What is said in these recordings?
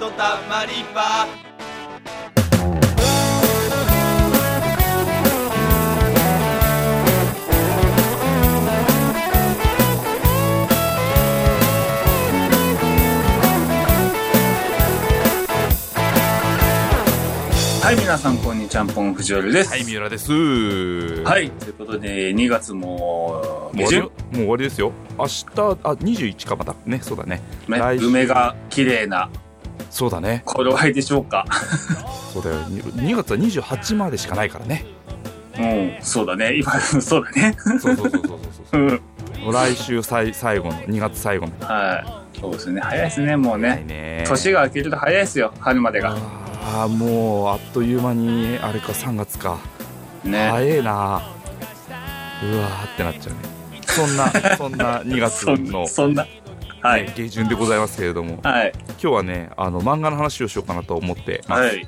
のたまり場はい、皆さん、こんにちは。ちゃんぽん藤原です。はい、三浦です。は。はいい、ということで、2月ももう下終わ旬、りもう終わりですよ。明日、あ、二十一かまだ。ね、そうだね。ね来、週梅が綺麗なそうだね。頃合いでしょうか。そうだよ。に二月は二十八までしかないからね。うん、そうだね。今、 そうだね。そうそうそうそううそん。うそう。来週最最後の二月最後の。はい。そうですね。早いですね、もうなね。いね。 年が明けると早いですよ、春までが。ああもうあっという間にあれか3月か、ね。早えなうわーってなっちゃうねそん なそんな2月そんの、そんな。はい。下旬でございますけれどもはい。今日はねあの漫画の話をしようかなと思ってます、はい。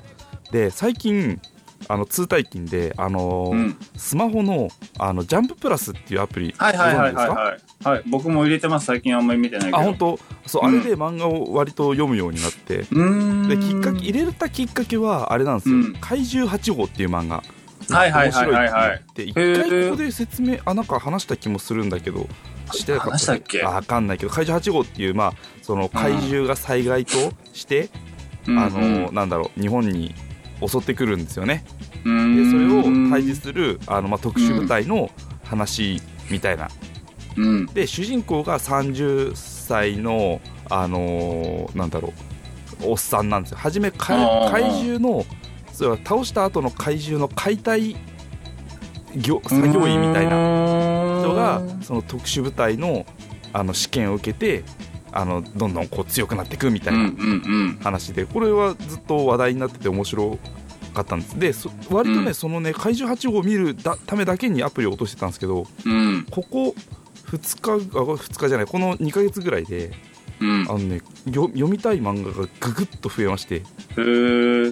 で最近あの通体金で、あのーうん。スマホのあのジャンププラスっていうアプリごはいはいは存い知ではすいかはい。はい。僕も入れてます。最近あんまり見てないけど。あ本当そうあうんれで漫画を割と読むようになって、うーん。できっかけ入れたきっかけはあれなんですよ「うん怪獣8号」っていう漫画はいはいはいはいはい。で一へ回ーここで説明あなんか話した気もするんだけどしてなかった話したっけあわかんないけど怪獣8号っていうまあその怪獣が災害として、うんあのーなんだろう日本に襲ってくるんですよねうんでそれを対峙するあの、まあ、特殊部隊の話みたいな、うん。で主人公が30歳の、あのーなんだろうおっさんなんですよ初めかあー怪獣のそう倒した後の怪獣の解体業作業員みたいなな人がその特殊部隊のあの試験を受けてあのどんどんこう強くなっていくみたいうんうなんうん話でこれはずっと話題になってて面白かったんですでそ割とね、うんそのね怪獣8号を見るだためだけにアプリを落としてたんですけどうんここ2日あ2日じゃないこの2ヶ月ぐらいでうんあのねよ読みたい漫画がぐぐっと増えましてへえ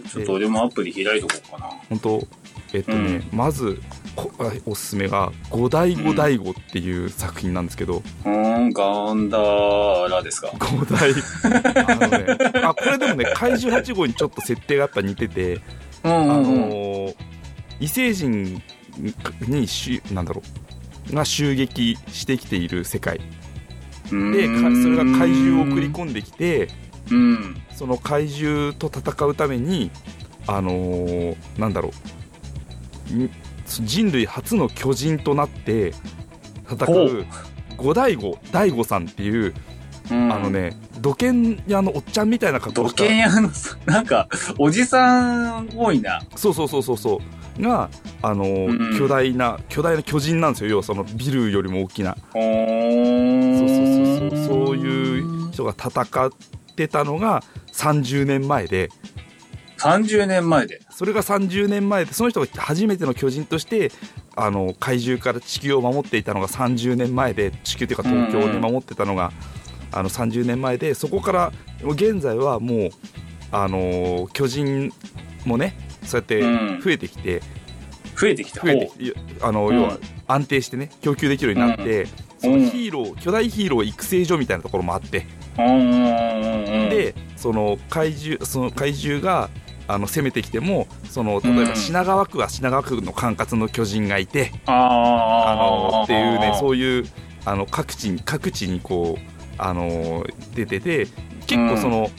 ちょっと俺もアプリ開いとこうかな本当えっとね、まずこあおすすめが「五代五代五」っていう作品なんですけど、うーんガンダラですか五代あのねあこれでもね怪獣8号にちょっと設定がやっぱ似てて、うんあうんうんのー異星人にしなんだろうが襲撃してきている世界でかそれが怪獣を送り込んできてうんその怪獣と戦うためにあのーなんだろうん人類初の巨人となって戦ほうう五大悟大悟さんっていう、うんあのね土建屋のおっちゃんみたいな格土好した建屋のさなんかおじさん多いなそうそうそうそうそうがあのーうんうん巨大な巨大な巨人なんですよ要はそのビルよりも大きなほーんそうそうそうそうそういう人が戦ってたのが30年前で。 30年前でそれが30年前でその人が初めての巨人としてあの怪獣から地球を守っていたのが30年前で地球というか東京で守ってたのが、あの30年前でそこから現在はもうあの巨人もねそうやってうん増えてきて、増えてきた増えてきてあの、うん要は安定してね供給できるようになって、そのヒーロー巨大ヒーロー育成所みたいなところもあって、ほううんうんうんうんでその怪獣その怪獣があの攻めてきてもその例えうばん品川区は品川区の管轄の巨人がいて、あああのっていうねうそういうあの各地に各地にこうあの出てて結構その、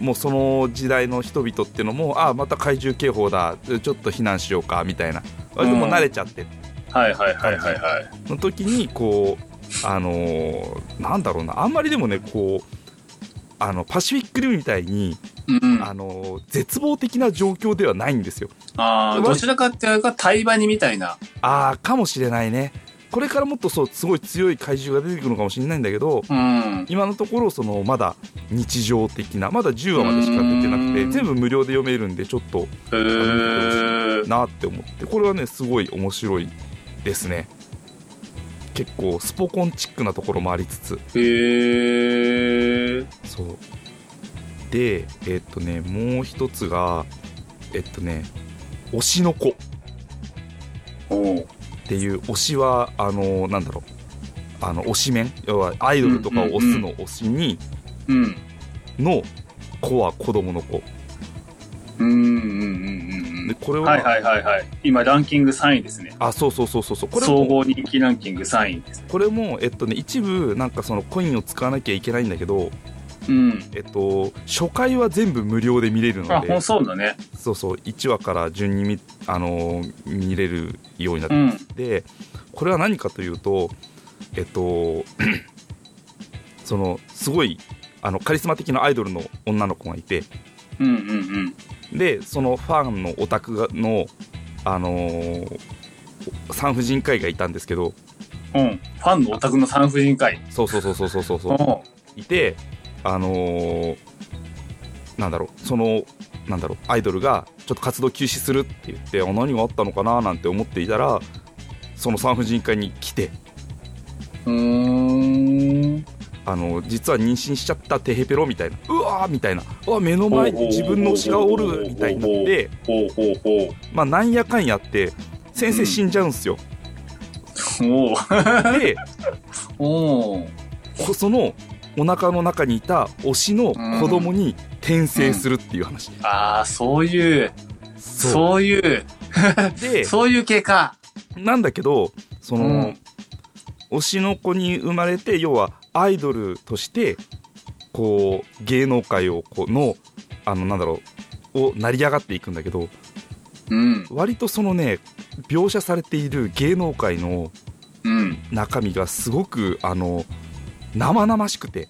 もうその時代の人々っていうのもああまた怪獣警報だちょっと避難しようかみたいな割ともう慣れちゃってはいはいはいはいはいの時にこうあのなんだろうなあんまりでもねこうあのパシフィックリムみたいにうんあの絶望的な状況ではないんですよ。ああ、どちらかっていうか、対バニみたいな。ああかもしれないね。これからもっとそうすごい強い怪獣が出てくるのかもしれないんだけどうん。今のところそのまだ日常的なまだ10話までしか出てなくてうん全部無料で読めるんでちょっとへーなーって思ってこれはねすごい面白いですね。結構スポコンチックなところもありつつへーそうでえっとねもう一つがえっとね「推しの子」おうっていう推しはあのなんだろうあの推し面要はアイドルとかを推すの推しにうん。の子は子供の子うんうんうんうんうでん。これは、はいはいはいはい。今ランキング3位ですね。あそうそうそうそうそうこれ総も合人気ランキング3位です。これもえっとね一部なんかそのコインを使わなきゃいけないんだけどうん。えっと初回は全部無料で見れるあ、のほでんそうだね。そうそう1話から順に見あのー見れるようになっうてん。でこれは何かというとえっと そのすごいあのカリスマ的なアイドルの女の子がいてうんうんうん。でそのファンのオタクがの、あのー産婦人科医がいたんですけどうん。ファンのオタクの産婦人科医。そうそうそうそうそうそううそんう。いてあのーなんだろうそのなんだろうアイドルがちょっと活動休止するって言ってあ何があったのかななんて思っていたらその産婦人科医に来てうーん。あの実は妊娠しちゃったテヘペロみたいなうわーみたいなうわ目の前に自分の血がおるみたいになって、ほうほうほう。まあ、なんやかんやって先生死んじゃうんすよ、おうでおうこそのお腹の中にいた推しの子供に転生するっていう話、ああ、そういう、そそういう、でそういう系か。なんだけどその、うん推しの子に生まれて要はアイドルとしてこう芸能界をこうのあのなんだろうを成り上がっていくんだけどうん。割とそのね描写されている芸能界のうん。中身がすごくあの生々しくて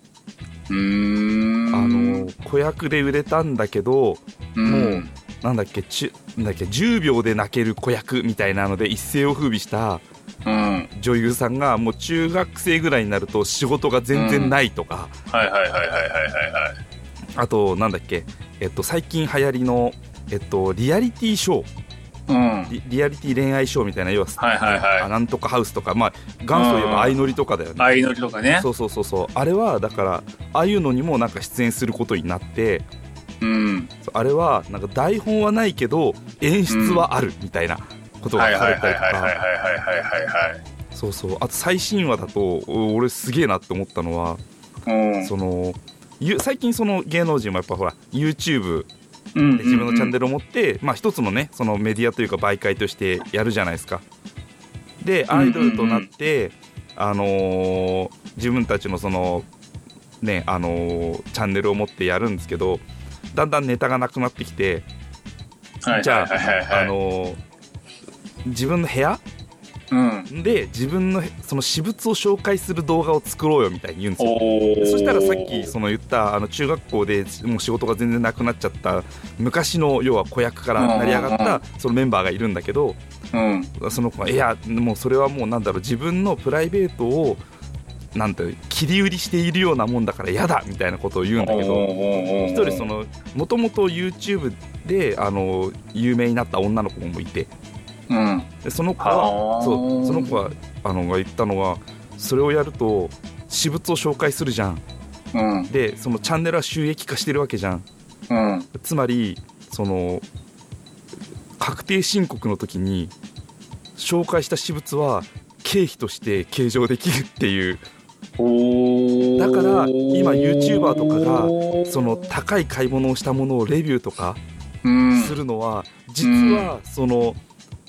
うーあん。の子役で売れたんだけどうん、もうなんだっけちゅなんだっけ10秒で泣ける子役みたいなので一世を風靡したうん。女優さんがもう中学生ぐらいになると仕事が全然ないとか、はいはいはいはいはいはいはい。あとなんだっけ、えっと、最近流行りの、えっと、リアリティショーうん。リリアリティ恋愛ショーみたいな要は、はいはいあはなんとかハウスとか、まあ、元祖いえば相乗りとかだよねい。。相乗りとかね。そうそうそうそうあれはだからああいうのにもなんか出演することになってうん。そうあれはなんか台本はないけど演出はあるみたいなことがはい書かはいれはたいりとはいはいはいかはいはいそうそうあと最新話だとお俺すげえなって思ったのははい。うん。そのゆ最近その芸能人もやっぱほら YouTube うんで自分のチャンネルを持って、まあ、一つのねそのメディアというか媒介としてやるじゃないですか。でアイドルとなって、あのー自分たちのそのねあのーチャンネルを持ってやるんですけどだんだんネタがなくなってきて、ルじゃあ,、はいはいはいはい、あのー自分の部屋うん。で自分のその私物を紹介する動画を作ろうよみたいに言うんですよ。おーそしたらさっきその言ったあの中学校でもう仕事が全然なくなっちゃった昔の要は子役から成り上うがっんうんたそのメンバーがいるんだけどうん。その子がいやもうそれはもうなんだろう自分のプライベートをなんて切り売りしているようなもんだから嫌だみたいなことを言うんだけど一一人そ、のもともと YouTube であの有名になった女の子もいてうん。でその子ははそうその子は、はあのが言ったのはそれをやると私物を紹介するじゃんうん。でそのチャンネルは収益化してるわけじゃんうん。つまりその確定申告の時に紹介した私物は経費として計上できるっていうおーだから今 YouTuber とかがその、高い買い物をしたものをレビューとかうん、するのは実はその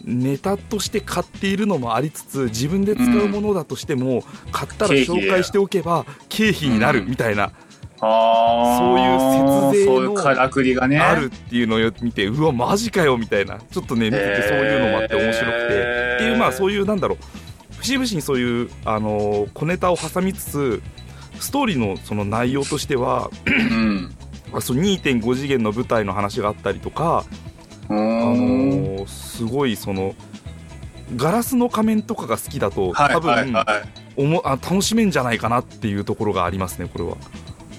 ネタとして買っているのもありつつ自分で使うものだとしても買ったら経費紹介しておけば経費になるみたいなあーそういう節税のそういうからくりがね。あるっていうのを見てうわマジかよみたいなちょっとね見ててそういうのもあって面白くて、っていうまあそういういうなんだろう節々にそういうあのー小ネタを挟みつつストーリーのその内容としてはうん、あそう2.5次元の舞台の話があったりとか、ああのーすごいその。ガラスの仮面とかが好きだとはい多はい分はい、おもあ楽しめんじゃないかなっていうところがありますねこれは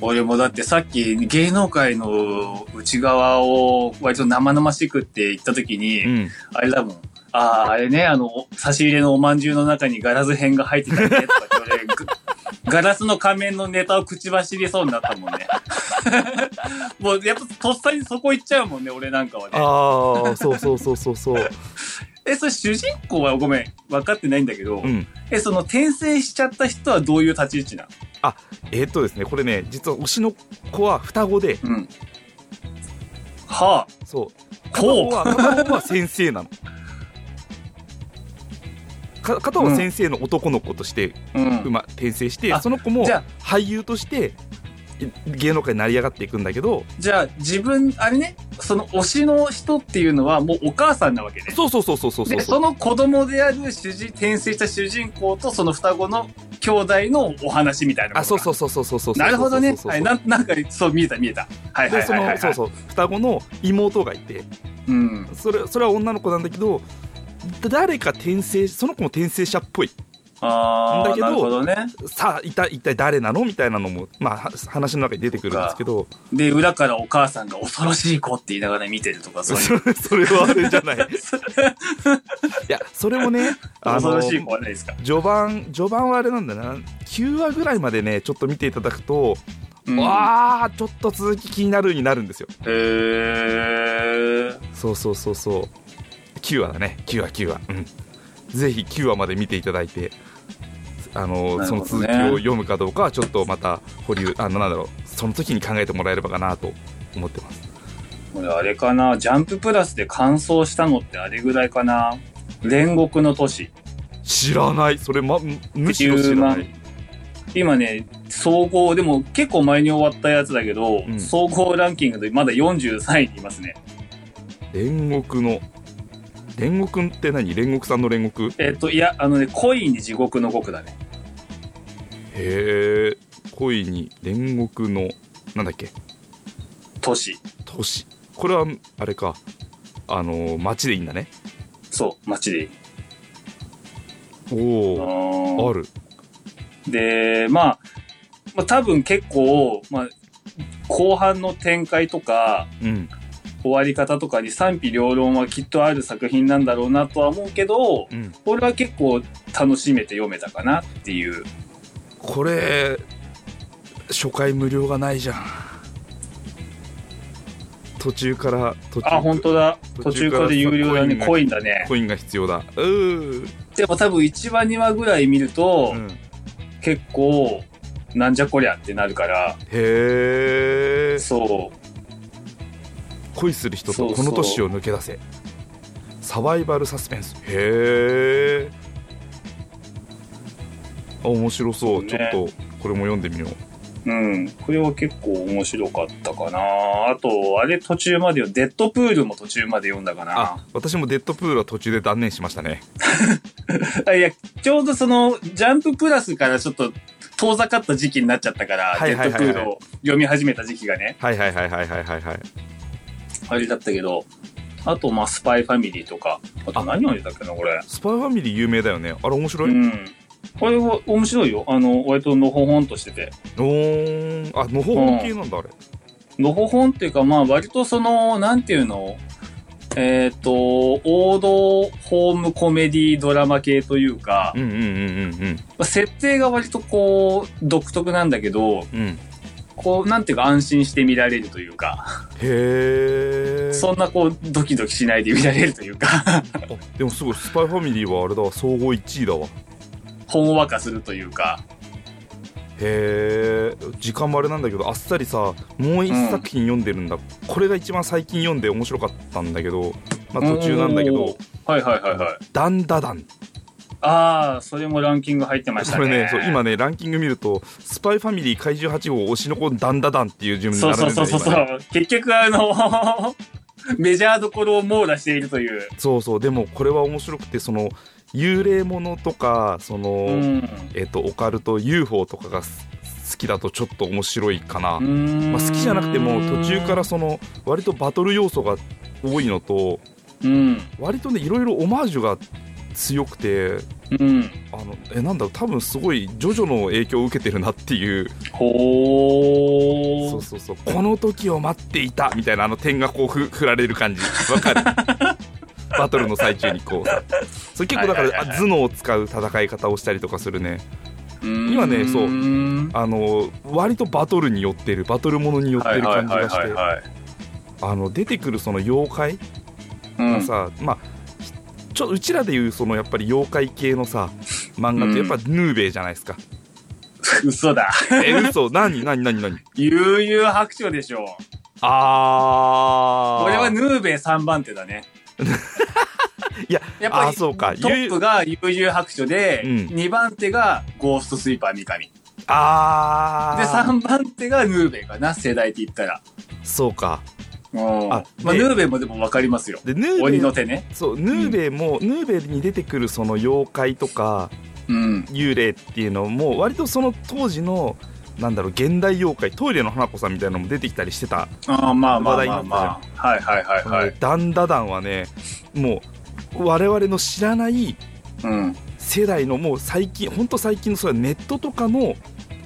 俺もだってさっき芸能界の内側を割と生々しくって言った時に、うんあれだもん。ああ、あれね、あの、差し入れのおまんじゅうの中にガラス片が入ってたねとか言われ ガラスの仮面のネタを口走りそうになったもんね。 もうやっぱとっさにそこ行っちゃうもんね、俺なんかはね。ああそうそうそうそうそうえ、それ主人公はごめん、分かってないんだけど、うんえ、その転生しちゃった人はどういう立ち位置なのああえーっとですねこれね実は推しの子は双子でうん。はそう片ほ方うは片方は先生なのか片方は先生の男の子としてあ。うん。うま転生して、あその子もじゃ俳優としてい芸能界に成り上がっていくんだけどじゃあ、自分、あれね、その推しの人っていうのはもうお母さんなわけね。そうそうそうそうそうそうで、その子供である主人、転生した主人公とその双子の兄弟のお話みたいなことかあそうそうそうそうそうそうそうなるほどね。そうそうはい。そうなんなんか、そう、見えた見えた。はいはいでそはい、はい。のそうそう双子の妹がいてう。うん。それそれは女の子なんだけど誰か転生その子も転生者っぽいあだあ、けどなるほどね。さあ一体一体誰なのみたいなのも、まあ、は話の中に出てくるんですけどで、裏からお母さんが恐ろしい子って言いながら見てるとか、そそういう。れそれはあれじゃな いいやそれもねあ恐のろしい子はないですか。序盤序盤はあれなんだな9話ぐらいまでねちょっと見ていただくと、うんわあちょっと続き気になるになるんですよへー。そうそうそうそう9話だね9話9話うんぜひ9話まで見ていただいてあの、なるそほどねの続きを読むかどうかはちょっとまた保留あのなんだろうその時に考えてもらえればかなと思ってますこれあれかな、ジャンププラスで完走したのってあれぐらいかな。煉獄の都市。知らないそれ、ま、むむしろ知らない今ね、総合、でも結構前に終わったやつだけど、うん総合ランキングでまだ43位にいますね。煉獄の煉獄って何煉獄さんの煉獄えっと、いや、あのね、恋に地獄の獄だね。へえ恋に煉獄のなんだっけ都市。都市これはあれかあのー町でいいんだねそう、街でいい。おうおーんあるで、まあ、まあ、多分結構、まあ、後半の展開とか、うん終わり方とかに賛否両論はきっとある作品なんだろうなとは思うけど、うん俺は結構楽しめて読めたかなっていう。これ初回無料がないじゃん途中から途中あ、本当だ。途途中中かからら有料だね。ココイインだね。コインが必要だうーでも多分1話2話ぐらい見ると、うん、へ結構、なんじゃこりゃってなるから、えそう。恋する人そとうそうこの都市を抜け出せサバイバルサスペンスへえ面白そう、ねちょっとこれも読んでみよううん。これは結構面白かったかな。あと、あれ途中までよ。デッドプールも途中まで読んだかあな。私もデッドプールは途中で断念しましたねあいや、ちょうどその、ジャンププラスからちょっと遠ざかった時期になっちゃったから、はいはいはいはいデッドプールを読み始めた時期がね、はいはいはいはいはいはいはいあれだったけど、あと、まあ、スパイファミリーとか、あと何を言ったっけな、これ。スパイファミリー有名だよねあれ面白うい、ん。これは面白いよ。あの、割とのほほんとしてて。おーんあのほほん系なんだあれのほほんっていうか、まあ、割とその、なんていうのえっ、と、王道ホームコメディドラマ系というか、うんうんうんうんまあ設定が割とこう、独特なんだけど、うんうんへこう、なんていうか安心して見られるというか、えそんなこう、ドキドキしないで見られるというか、 でもすごいスパイファミリーはあれだわ総合1位だわほんわかするというか、へえ時間もあれなんだけどあっさりさもう一作品読んでるんだ、これが一番最近読んで面白かったんだけど、まあ、途中なんだけおどー。はいはいはいはい。 「ダンダダン」ああ、それもランキング入ってましたこね。れねそう今ねランキング見ると「スパイファミリー怪獣8号推しの子ダンダダン」っていう順にそ並うんでそうるんだそうよそうそ今ねう。結局あの、 メジャーどころを網羅しているという。そうそうでもこれは面白くてその幽霊ものとかその、うん。えっとオカルト UFO とかがす好きだとちょっと面白いかな、ままあ、好きじゃなくても途中から、その割とバトル要素が多いのとうん割とねいろいろオマージュが強くてうん、あのえなんだろう多分すごいジョジョの影響を受けてるなっていうほそうーそうそうこの時を待っていたみたいなあの点がこうふ振られる感じ わかるバトルの最中にこうさそれ結構だかはいはら、いはいはいあ頭脳を使う戦い方をしたりとかするね今今ねそううあの割とバトルに寄ってるバトルものに寄ってはいるはい感じはいがしはいてはいあの出てくるその妖怪うんさまあひちょうちらでいうそのやっぱり妖怪系のさ漫画ってやっぱヌーベイじゃないですか、嘘だ。え、嘘何何何何悠々白書でしょ。あー。これはヌーベイ3番手だね。いや、やっぱありそうかトップが悠々白書で、うん2番手がゴーストスイーパー三上。で、あー。 3番手がヌーベイかな、世代って言ったら。そうか。うんあまあ、でヌーベイもでもわかりますよ。で、ヌーベ鬼イの手ね。そう、ヌーベイも、ヌーベイに出てくるその妖怪とかうん。幽霊っていうのも、割とその当時の、なんだろう、現代妖怪、トイレの花子さんみたいなのも出てきたりしてた。ああ、まあまあまあ話題になまあ。はいはいはいはい。ダンダダンはね、もう、我々の知らないうん。世代のもう最近、ほんと最近の、それはネットとかの、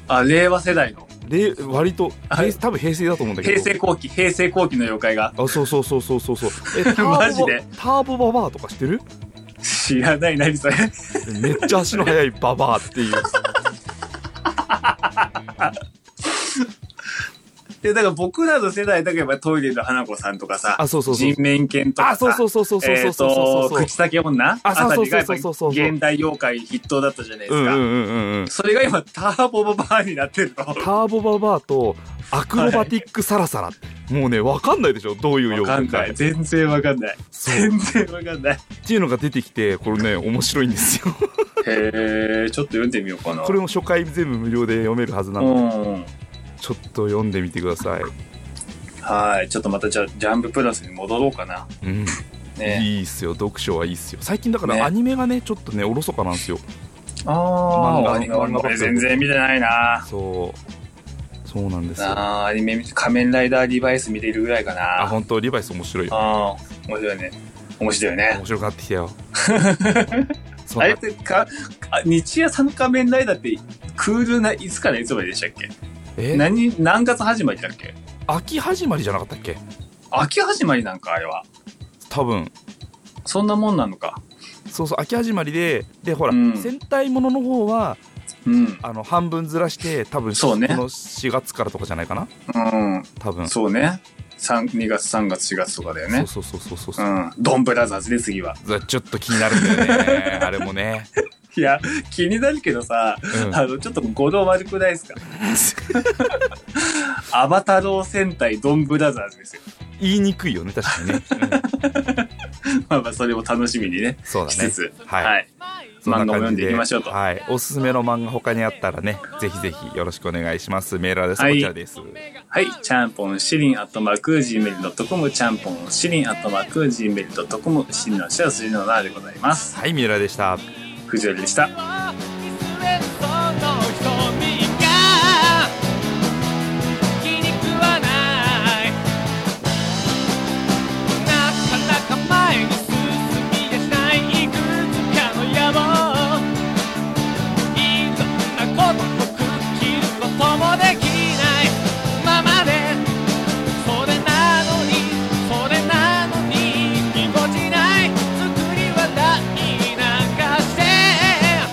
あ、令和世代の。で割と、はい平多分平成だと思うんだけど平成後期、平成後期の妖怪が。 あそうそうそうそうそうそうえターボバマジでターボババアとか知ってる知らない、何それ。めっちゃ足の速いババアっていうで、だから僕らの世代だけやっぱトイレの花子さんとかさ、あそうそうそう人面犬とかさ、あそうそうそうそうそうえそうーそうそうと、そう口先女ああそうたそうりがそうやっぱりそうそうそう現代妖怪筆頭だったじゃないですうんうか。んうんうんそれが今、ターボババアになってるの。ターボババアとアクロバティックサラサラ、もうねわかんないでしょどういうわ妖か怪んかない。全然わかんない。そう全然わかんない。っていうのが出てきてこれね面白いんです よへえ、ちょっと読んでみようかな。これも初回全部無料で読めるはずなうので、ん。ちょっと読んでみてください、はい。ちょっとまたじゃあ、ジャンププラスに戻ろうかな。うんね。いいっすよ読書はいいっすよ最近だからねアニメがねちょっとねおろそかなんですよああ、ア漫ニメ画漫画俺全然見てないな。そうそうなんですよあーアニメ見て、仮面ライダーリバイス見てるぐらいかな。あ本当リバイス面白いよああ、面白いね。面白いよね。面白くなって きたよそんあなれってか、あ日夜さんの仮面ライダーって、クールないつからいつまででしたっけえ何、何月始まりだっけ秋始まりじゃなかったっけ秋始まりなんか、あれは。多分そんなもんなのか。そうそう秋始まりででほら、うん戦隊ものの方はうん。あの半分ずらして多分そうねこの4月からとかじゃないかな多う分ん。そうね。三2月、3月、4月とかだよね。そうそうそうそううそう、ん。ドンブラザーズで次は。うちょっと気になるんだよね あれもね、いや、気になるけどさ、うんあの、ちょっと語呂悪くないです かアバタロー戦隊ドンブラザーズですよ。言いにくいよね確かにね、うんまあまあ、それも楽しみにね、そうだしねつつ、はいはい。そ漫な画を感読じんでいきましょうと。はい、おすすめの漫画他にあったらねぜひぜひよろしくお願いしますメールアドレスははこいちらです、はい、ちゃんぽんしりんアットマーク Gmail.com、ちゃんぽんしりんアットマーク Gmail.com、しりんのしはすりのなでございます。はい、三浦でした。藤原でした。 「見据えその瞳が気に食わない」「なかなか前に進み出しないいくつかの野望」「いろんなことをくっきることもできないままで」「それなのにそれなのにぎこちない」「作り笑いなんかして」「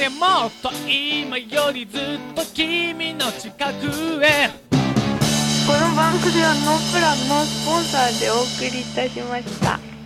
れもっと今よりずっと君の近くへこの番組はノープランのスポンサーでお送りいたしました。